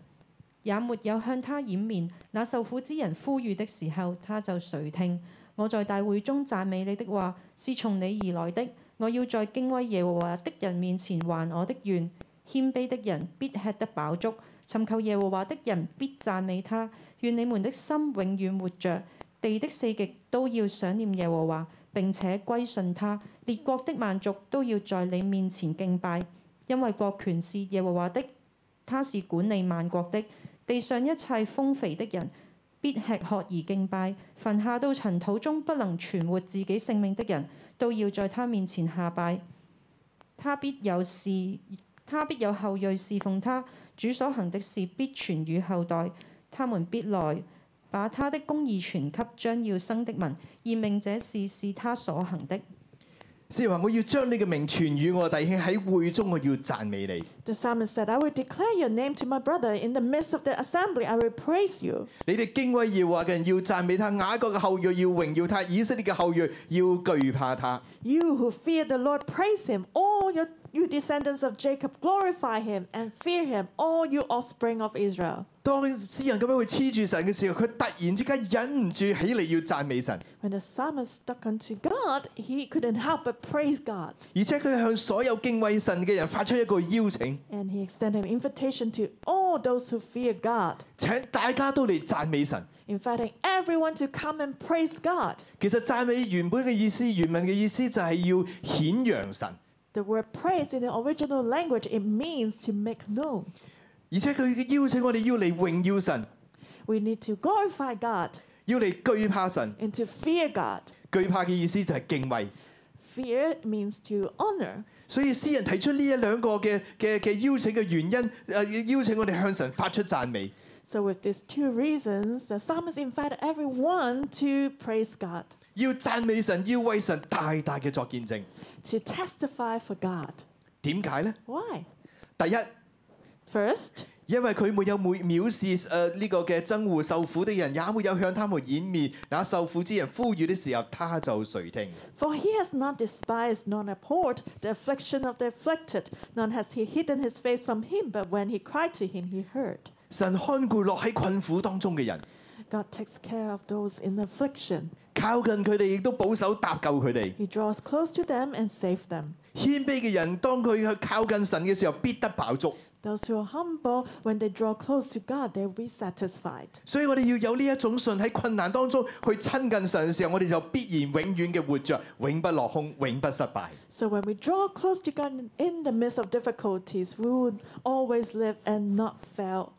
也沒有向他掩面。那受苦之人呼籲的時候，他就垂聽。我在大會中讚美你的話是從你而來的，我要在敬畏耶和華的人面前還我的願。謙卑的人必吃得飽足。尋求耶和華的人必讚美他。願你們的心永遠活着，地的四極都要想念耶和華，並且歸順他。列國的萬族都要在你面前敬拜，因為國權是耶和華的，他是管理萬國的。地上一切豐肥的人必吃喝而敬拜，凡下到塵土中不能存活自己性命的人，都要在他面前下拜。他必有事，他必有後裔侍奉他。主所行的事必傳與後代，他們必來把他的公義傳給將要生的民，而命這事是他所行的。
先話我要將你嘅名傳與我弟兄喺會中，我要讚美你。
The psalmist said, I will declare your name to my brother. In the midst of the assembly, I will praise you.
你哋敬畏耶和華嘅人要讚美他，雅各嘅後裔要榮耀他，以色列嘅後裔要懼怕他。
You who fear the Lord, praise him. All your, you descendants of Jacob, glorify him and fear him, all you offspring of Israel.
當詩人咁樣去黐住神嘅時候，佢突然之間忍唔住起嚟要讚美神，
When the psalmist stuck onto God, he couldn't help but praise God.
而且佢向所有敬畏神嘅人發出一個邀請，
And he extended an invitation to all those who fear God,
請大家都嚟讚美神。
inviting everyone to come and praise God.
其實讚美原本嘅意思，原文嘅意思就係要顯揚神，
The word praise in the original language it means to make known.
而且佢嘅邀請我哋要嚟榮耀神，
We need to glorify God
要嚟懼怕神。
and to fear God.
懼怕嘅意思就係敬畏。
Fear means to honor.
所以詩人提出呢一兩個嘅嘅嘅邀請嘅原因，誒、邀請我哋向神發出讚美。
So with these two reasons, the psalmist invited everyone to praise God,
要讚美神，要為神大大嘅作見證。
to testify for God.
點解呢？
Why?
第一，
First,
因為佢沒有藐藐視誒呃呢個嘅憎惡受苦的人，也沒有向他們掩面。那受苦之人呼籲的時候，他就垂聽。
For he has not despised nor abhorred the affliction of the afflicted, nor has he hidden his face from him, but when he cried to him, he heard.
神看顧落喺困苦當中嘅人，
God takes care of those in affliction.
靠近佢哋，亦都保守搭救佢哋。
He draws close to them and saves them.
謙卑嘅人，當佢去靠近神嘅時候，必得飽足。
Those who are humble, when they draw close to God, they will be satisfied.
所以我哋要有呢一種信喺困難當中去親近神嘅時候，我哋就必然永遠嘅活着，永不落空，永不失敗。
So when we draw close to God in the midst of difficulties, we will always live and not fail.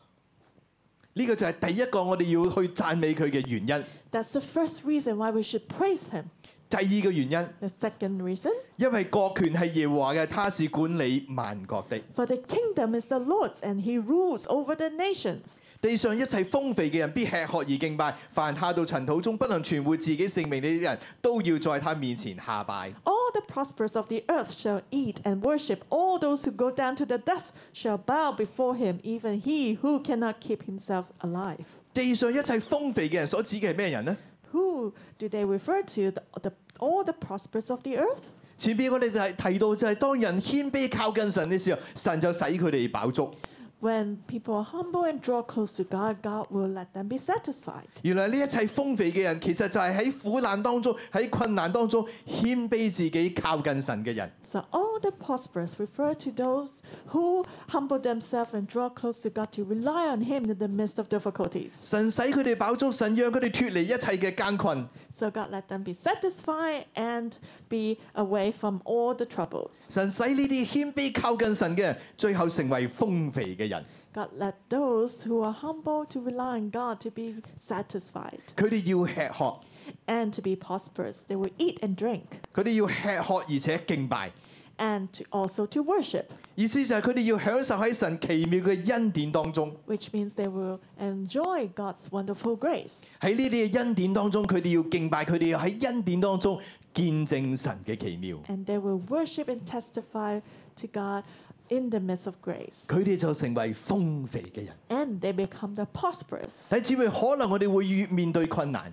呢、個就係第一個我哋要去讚美佢嘅原因。
That's the first reason why we should praise Him.
第二個原因，
The second reason,
因為國權係耶和華嘅，他是管理萬國的。
for the kingdom is the Lord's, and He rules over the nations.
地上一切豐肥嘅人必吃喝而敬拜，凡下到塵土中不能存活自己性命的人，都要在他面前下拜。
All the prosperous of the earth shall eat and worship. All those who go down to the dust shall bow before him, even he who cannot keep himself alive.
地上一切豐肥嘅人所指嘅係咩人呢？
Who do they refer to? The, the, all the prosperous of the earth?
似前邊我哋提提到就係當人謙卑靠近神嘅時候，神就使佢哋飽足。
When people are humble and draw close to God, God will let them be satisfied.
原來呢一切豐肥嘅人，其實就係喺苦難當中、喺困難當中謙卑自己靠近神嘅人。
So all the prosperous refer to those who humble themselves and draw close to God to rely on Him in the midst of difficulties.
神使佢哋飽足，神讓佢哋脱離一切嘅艱困。
So God let them be satisfied and be away from all the troubles.
神使呢啲謙卑靠近神嘅人，最後成為豐肥嘅人。
God let those who are humble to rely on God to be satisfied
佢哋要吃喝，
and to be prosperous. They will eat and drink
佢哋要吃喝而且敬拜。
and to also to worship,
意思就係佢哋要享受喺神奇妙嘅恩典當中，
which means they will enjoy God's wonderful grace.
喺呢啲嘅恩典當中，佢哋要敬拜，佢哋要喺恩典當中見證神嘅奇妙。
And they will worship and testify to God in the midst of grace.
佢哋就成為豐肥嘅人。
and they become the prosperous.
弟兄姊妹，可能我哋會越面對困難。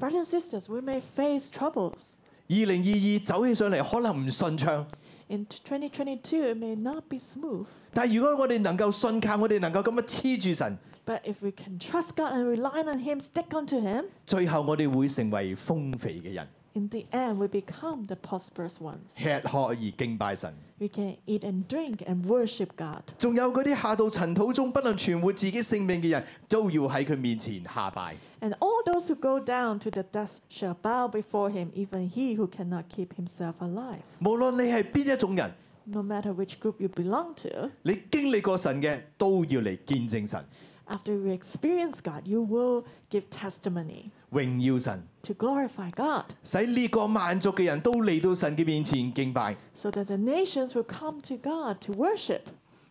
Brothers and sisters, we may face troubles.
二零二二走起上嚟可能唔順暢，
In 2022, it may not be smooth,
但係如果我哋能夠信靠，我哋能夠咁樣黐住神，
but if we can trust God and rely on Him, stick onto Him,
最後我哋會成為豐肥嘅人，
in the end, we become the prosperous ones.
吃喝而敬拜神。
We can eat and drink and worship God.
仲有嗰啲下到塵土中不能存活自己性命嘅人，都要喺佢面前下拜。
And all those who go down to the dust shall bow before Him, even he who cannot keep himself alive.
無論你係邊一種人，
No matter which group you belong to,
你經歷過神嘅，都要嚟見證神、
after you experience God, you will give testimony
榮耀神，
to glorify God.
使呢個萬族嘅人都嚟到神嘅面前敬拜。
so that the nations will come to God to worship.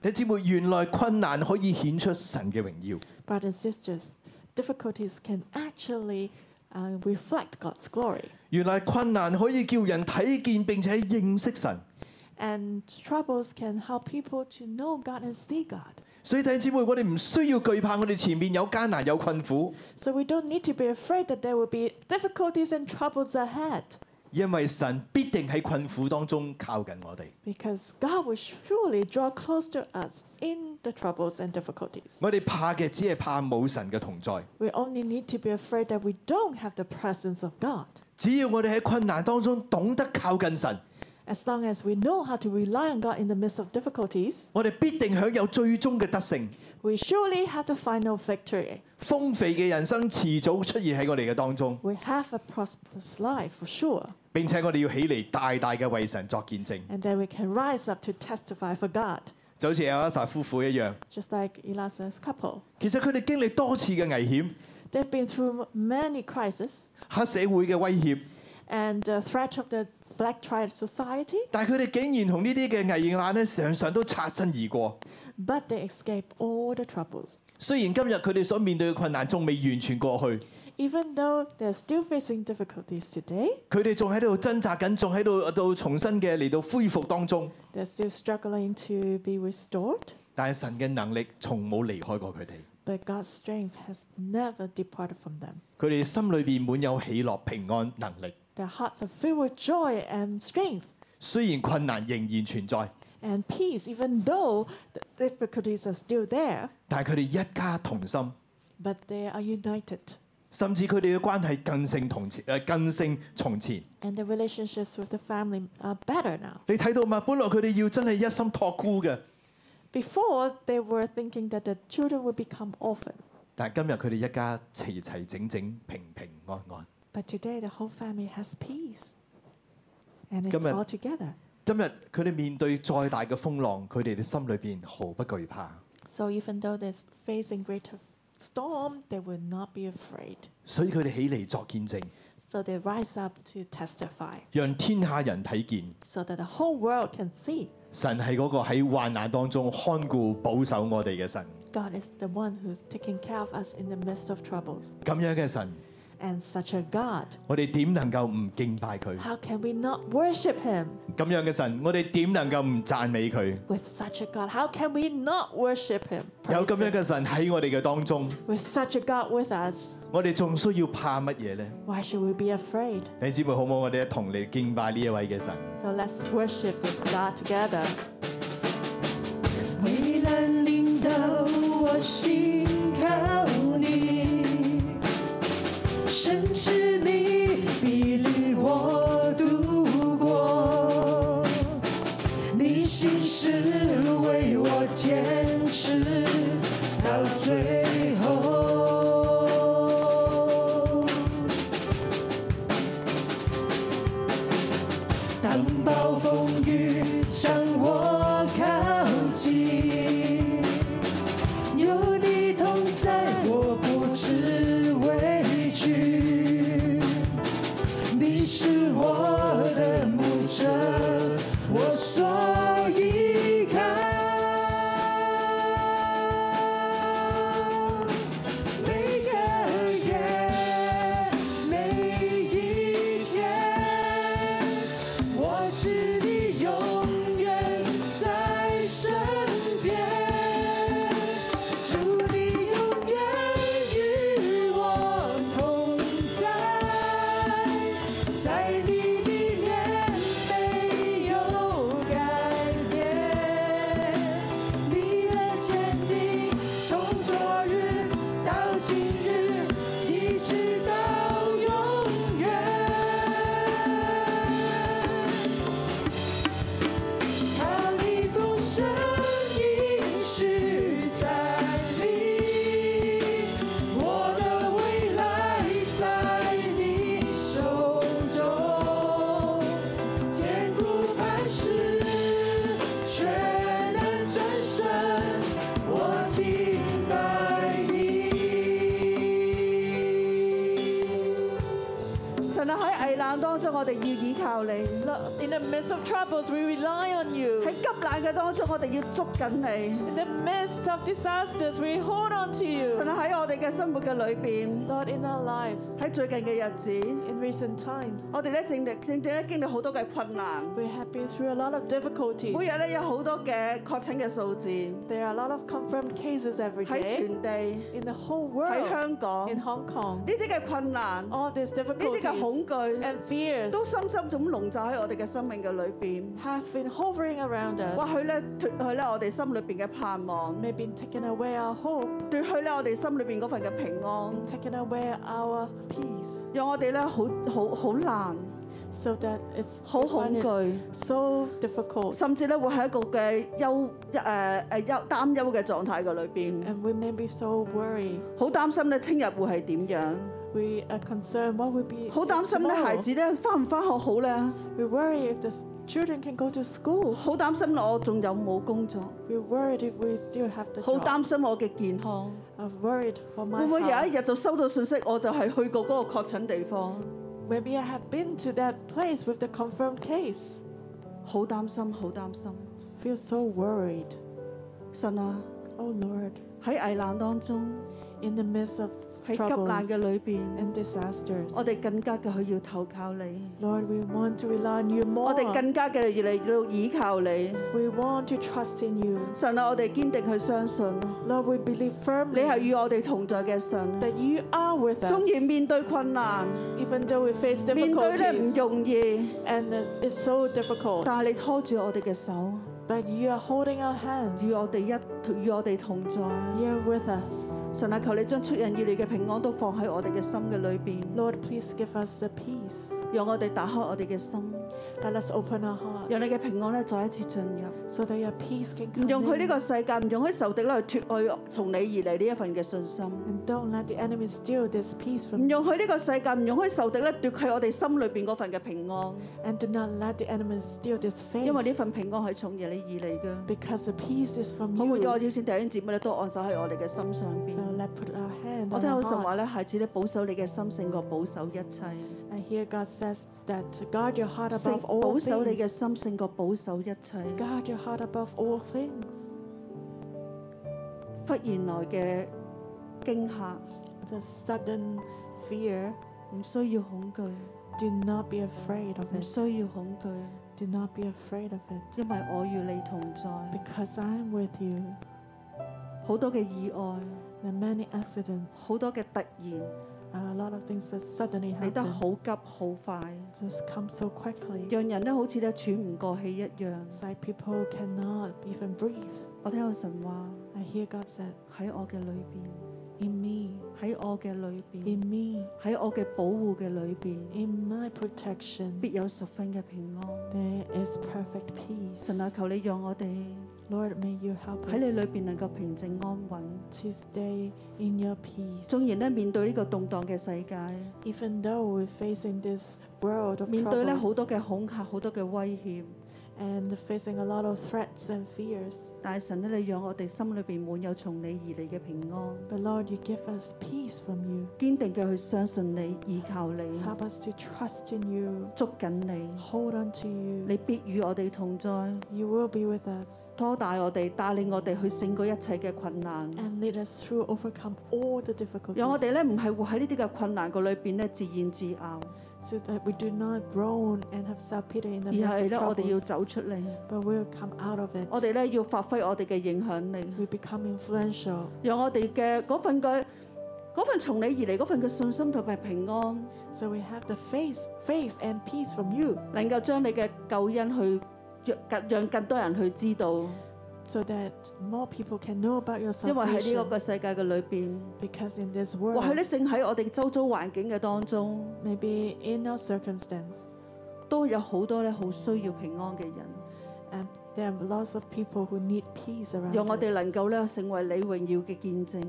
你知妹，原來困難可以顯出神嘅榮耀。
Brothers and sisters, difficulties can actually uh, reflect God's glory,
原來困難可以叫人睇見並且認識神。
and troubles can help people to know God and see God.
所以弟兄姊妹，我哋唔需要懼怕，我哋前面有艱難有困苦，
So we don't need to be afraid that there will be difficulties and troubles ahead,
因為神必定喺困苦當中靠近我哋。
because God will surely draw close to us in the troubles and difficulties.
我哋怕嘅只係怕冇神嘅同在。
We only need to be afraid that we don't have the presence of God.
只要我哋喺困難當中懂得靠近神，
As long as we know how to rely on God in the midst of difficulties,
我哋必定享有最終嘅得勝。
we surely have the final victory.
豐肥嘅人生遲早出現喺我哋嘅當中，
We have a prosperous life for sure,
並且我哋要起嚟大大嘅為神作見證，
and then we can rise up to testify for God,
就好似阿撒夫婦一樣。
just like Eliza's couple.
其實佢哋經歷多次嘅危險、
They've been through many crises
黑社會嘅威脅，
and the threat of the black triad society,
但係佢哋竟然同呢啲嘅危難咧，常常都擦身而過。
but they escaped all the troubles.
雖然今日佢哋所面對嘅困難仲未完全過去，
Even though they're still facing difficulties today,
佢哋仲喺度掙扎緊，仲喺度到重新嘅嚟到恢復當中。
they're still struggling to be restored,
但係神嘅能力從冇離開過佢哋，
but God's strength has never departed from them.
佢哋心裏邊滿有喜樂、平安、能力。
Their hearts are filled with joy and strength.
雖然困難仍然存在，
and peace, even though the difficulties are still there,
但係佢哋一家同心，
but they are united.
甚至佢哋嘅關係更勝同前，誒更勝從前。
And the relationships with the family are better now.
你睇到嘛？本來佢哋要真係一心托孤嘅，
Before, they were thinking that the children would become orphan,
但係今日佢哋一家齊齊整整、平平安安。
but today the whole family has peace. And it's
Cảm ơn.
all together.
今日佢哋面對再大嘅風浪，佢哋嘅心裏邊毫不懼怕。
So even though they're facing greater storm, they will not be afraid.
所以佢哋起嚟作見證，
So they rise up to testify
讓天下人睇見，
so that the whole world can see
神係嗰個喺患難當中看顧保守我哋嘅神。
God is the one who's taking care of us in the midst of troubles.
咁樣嘅神，
and such a God.
我哋點能夠唔敬拜佢？
How can we not worship Him
咁樣嘅神，我哋點能夠唔讚美佢？
with such a God? How can we not worship Him?
有
Praise
咁樣
Him.
嘅神喺我哋嘅當中，
With such a God with us,
我哋仲需要怕乜嘢呢？
why should we be afraid?
弟兄姊妹好唔好？我哋一同嚟敬拜呢一位嘅神。
So let's worship this God together.
蔚蓝领导我心靠你，深知你必领我度过，你心事为我坚持到最后。当暴风雨向我靠近，有你同在，我不知畏惧。你是我的牧者，我所依靠。每个夜，每一天。我知你永远在身边，祝你永远与我同在，在你里面没有改变。你的坚定，从昨日到今日，一直到永远。靠你丰盛应许在你，我的未来在你手中，坚固磐石，全能战胜，我敬拜你。神啊，喺危难当中，我哋要依靠你。
Lo- In the midst of troubles, we rely on you.
喺急難嘅當中，我哋要捉緊你。
In the midst of disasters, we hold on to
神
you.
啊喺我哋嘅生活嘅裏邊，
Lord, in our lives,
喺最近嘅日子，
in recent times,
我哋咧正正正正咧經歷好多嘅困難，
we have been through a lot of difficulties.
每日咧有好多嘅確診嘅數字
There are a lot of confirmed cases every
喺
day
全地，
in the whole
喺
world,
香港，
in
呢
Hong Kong.
啲嘅困難，呢
All these
啲
difficulties
嘅恐懼，
and fears
都深深咁籠罩喺我哋嘅生命嘅裏邊。
have been hovering around
或
us,
許咧奪去咧我哋心裏邊嘅盼望，
may been taken away our hope,
奪去咧我哋心裏邊嗰份嘅平安，
taken away our peace,
讓我哋咧好好好難，
so that it's
好
we
恐
find it
懼。
so difficult.
甚至咧會喺一個嘅憂誒誒憂擔憂嘅狀態嘅裏邊，
And we may be so worried.
好擔心咧聽日會係點樣，
We are concerned what will be.
好擔心咧
tomorrow.
孩子咧翻唔翻學好咧，
We worry if the s- children can go to school.
好擔心我仲有冇工作，
We worried if we still have the
好
job.
擔心我嘅健康，
I'm worried for
會
my
唔會有
health.
一日就收到信息，我就係去過嗰個確診地方，
Maybe I have been to that place with the confirmed case.
好擔心，好擔心。
Feel so worried.
神啊，
Oh Lord,
喺危難當中，
in the midst of
喺急難嘅
troubles
裏邊，
and disasters,
我哋更加嘅去要投靠你，
Lord, we want to rely on you
我
more.
哋更加嘅要嚟到倚靠你。
We want to trust in you.
神啊，我哋堅定去相信。
Lord, we believe
你
firmly
係與我哋同在嘅神，
that you are with us,
縱然面對困難，
even though we face
面對咧
difficulties.
唔容易，
And it- it's so difficult,
但係你拖住我哋嘅手，
but you are holding our hands.
與我哋一與我哋同在。
You're with us.
神啊，求你將出人意嚟嘅平安都放喺我哋嘅心嘅裏邊，
Lord, please give us the peace.
讓我哋打開我哋嘅心，
Let us open our heart
讓你嘅平安咧再一次進入，
so that your peace can
唔
come
容許呢
in.
個世界，唔容許仇敵咧去脱去從你而嚟呢一份嘅信心，唔
And don't let the enemy steal this peace from you.
容許呢個世界，唔容許仇敵咧奪去我哋心裏邊嗰份嘅平安，
And do not let the enemy steal this faith
因為呢份平安係從而你而嚟嘅。
because the peace is from
好唔好？我
you.
邀請弟兄姊妹咧都按手喺我哋嘅心上邊
So。let's put our hand
我
on
聽好
our
神話
heart.
咧，孩子咧保守你嘅心勝過保守一切，
And here God says that to guard your heart
勝
above all
保守你嘅
things.
心勝過保守一切。
Guard your heart above all things.
忽然來嘅驚嚇，
The sudden fear
唔需要恐懼，
Do not be afraid of
唔
it.
需要恐懼，
Do not be afraid of it.
因為我與你同在。
Because I am with you.
好多嘅意外，
There are many accidents. Uh,
好多嘅突然，
A lot of things that suddenly
嚟得
happen
好急好快，
just come so quickly.
讓人咧好似咧喘唔過氣一樣。
It's like people cannot even breathe.
我聽到神話
I hear God said,
喺我嘅裏邊，
In me,
喺我嘅裏邊，
in me,
喺我嘅保護嘅裏邊，
in my protection,
必有十分嘅平安。
there is perfect peace.
神啊，求你讓我哋
Lord, may you help
喺你
us
裏邊能夠平靜安穩。
to stay in your peace.
縱然咧面對呢個動盪嘅世界。
Even though we're facing this world of
面對咧好
troubles
多嘅恐嚇，好多嘅威脅，
and facing a lot of threats and fears,
但係神咧，你讓我哋心裏邊滿有從你而嚟嘅平安，
but Lord, you give us peace from you.
堅定嘅去相信你，依靠你，
Help us to trust in you,
捉緊你，
hold on to you.
你必與我哋同在，
You will be with us
拖帶我哋，帶領我哋去勝過一切嘅困難，
and lead us through overcome all the difficulties
讓我哋咧唔係活喺呢啲嘅困難個裏邊咧自怨自艾，
so that we do not groan and have self-pity in
而
the midst
係
of
咧我哋要
troubles,
走出嚟，
but we'll come out of it.
我哋咧要發揮我哋嘅影響力，
We become influential
讓我哋嘅嗰份嘅嗰份從你而嚟嗰份嘅信心同埋平安。
so we have the faith, faith and peace from you
能夠將你嘅救恩去讓讓更多人去知道，
so that more people can know about your
因為喺
salvation.
呢個世界嘅裏邊，
Because in this
或
world,
許咧正喺我哋周遭環境嘅當中，
maybe in our circumstance,
都有好多咧好需要平安嘅人，
and there are lots of people who need peace around
讓我
us.
哋能夠咧成為你榮耀嘅見證。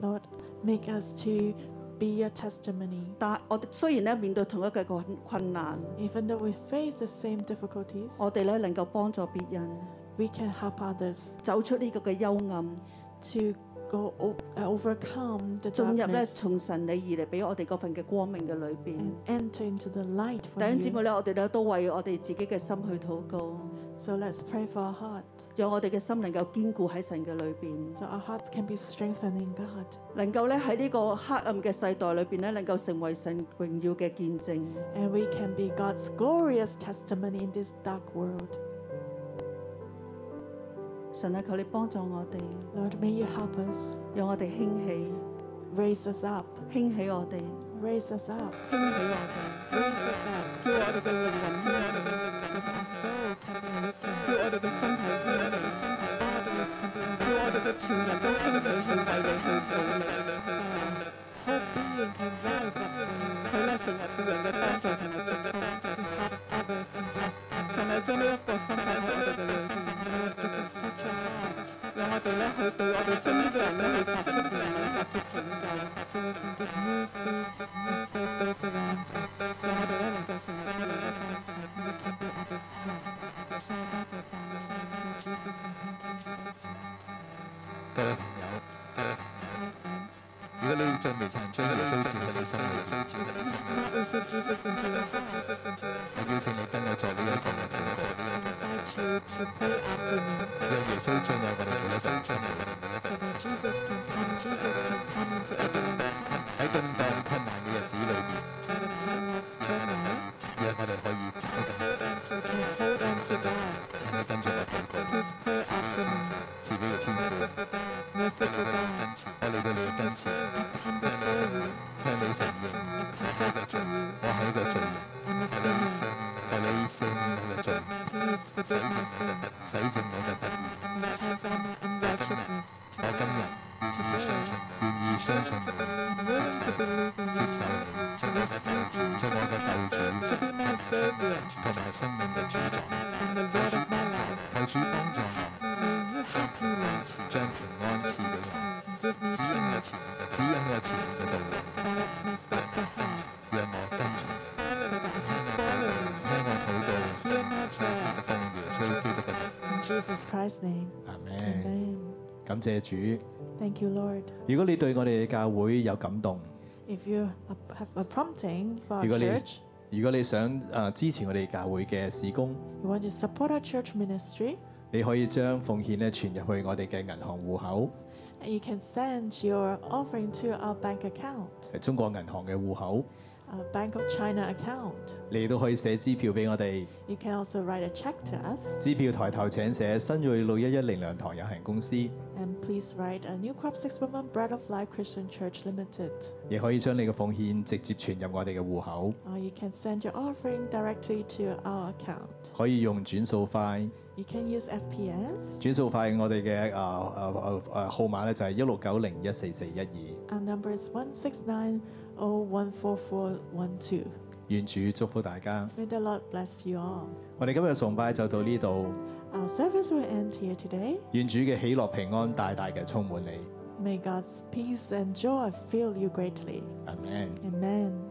Lord, make us to be your testimony.
但係我哋雖然咧面對同一個困困難，
Even though we face the same difficulties,
我哋咧能夠幫助別人
we can help others
走出呢個嘅幽暗，
to go o- uh, overcome the
進入咧
darkness
從神你而嚟俾我哋嗰份嘅光明嘅裏邊
and。enter into the light
弟
from
兄姊
you.
妹咧，我哋咧都為我哋自己嘅心去禱告。
So let's pray for our heart,
讓我哋嘅心能夠堅固喺神嘅裏邊，
so our hearts can be strengthened in God,
能夠咧喺呢個黑暗嘅世代裏邊咧，能夠成為神榮耀嘅見證。
and we can be God's glorious testimony in this dark world.
神啊，求你幫助我哋，
Lord, may you help us,
讓我哋興起，
raise us up,
興起我哋，
raise us up,
興起我
raise us up,
哋，叫我哋嘅靈魂興
so that
起，
our soul can be lifted.
叫我哋嘅身體興起，叫我哋嘅全人都興起去為你去努力。
Whole being can rise up for you,
佢咧成為別人嘅幫助同埋祝福。
others and bless them.
神啊，將呢一個身體喺我哋嘅裏邊。
Lord, give us such a heart
讓我哋咧去對我哋身邊嘅人咧去發出憐憫，發出拯救，
so we can give mercy and serve those around us.
讓我哋咧能夠成為別人嘅幫助。
We can be others' help. So I bow down and thank you, Jesus, and thank you, Jesus.
各位朋友，如果你仲未曾將耶穌接喺你心裏，
Not receive Jesus into your heart,
我邀請你跟我做呢一個嘅禱告，
invite you to pray after me.
讓耶穌進入我哋每一個人心裏。
So that Jesus can come, Jesus can come into everyone's heart
喺咁多困難嘅日子裏面，
at a time of turmoil,
讓我哋可以走緊神，
so we can hold on to God.
請你跟住我禱告，
Please pray after me.
慈悲嘅天父，
Merciful God,
我嚟到你嘅跟前，
I come before you,
向你承認
I confess to you,
我係一個罪人，
I'm a sinner.
求你赦免我嘅罪，
Please forgive my sins
洗淨我嘅不義。
and cleanse all my unrighteousness.
我今日願意相信，願意相信你，
I'm willing to believe in
接
you,
受你，
to receive you,
做我嘅救主。
to be my Savior
同埋生命嘅主宰，
and the Lord of my life.
求主幫助我，
May you help me, Lord,
將平安賜俾我，
give me
指引我
peace,
前，指引我前面嘅道路，
direct my steps ahead,
讓我跟住你，
so that I can follow you.
聽我禱
Hear my
告，
prayer.
奉耶穌基督嘅名。
In Jesus Christ's name,
阿
amen.
感謝主。
Thank you, Lord.
如果你對我哋嘅教會有感動，
If you have a prompting for our
如果你
church,
如果你想誒支持我哋教會嘅事工，
you want to support our church ministry,
你可以將奉獻咧存入去我哋嘅銀行户口，
you can send your offering to our bank account,
係中國銀行嘅户口。
uh, Bank of China account.
你都可以寫支票俾我哋。
You can also write a check to us.
支票抬頭請寫新锐路一一零兩堂有限公司，
And please write a New Crop Six Women Bread of Life Christian Church Limited.
亦可以將你嘅奉獻直接存入我哋嘅户口，
Or Uh, you can send your offering directly to our account.
可以用轉數快。
You can use FPS.
轉數快我哋嘅啊啊啊啊號碼咧就係一六九零一四四一二。
Our number is 169014412.
願主祝福大家。
May the Lord bless you all.
我哋今日崇拜就到呢度，
Our service will end here today.
願主嘅喜樂平安大大嘅充滿你。
May God's peace and joy fill you greatly.
阿 Man。
Amen.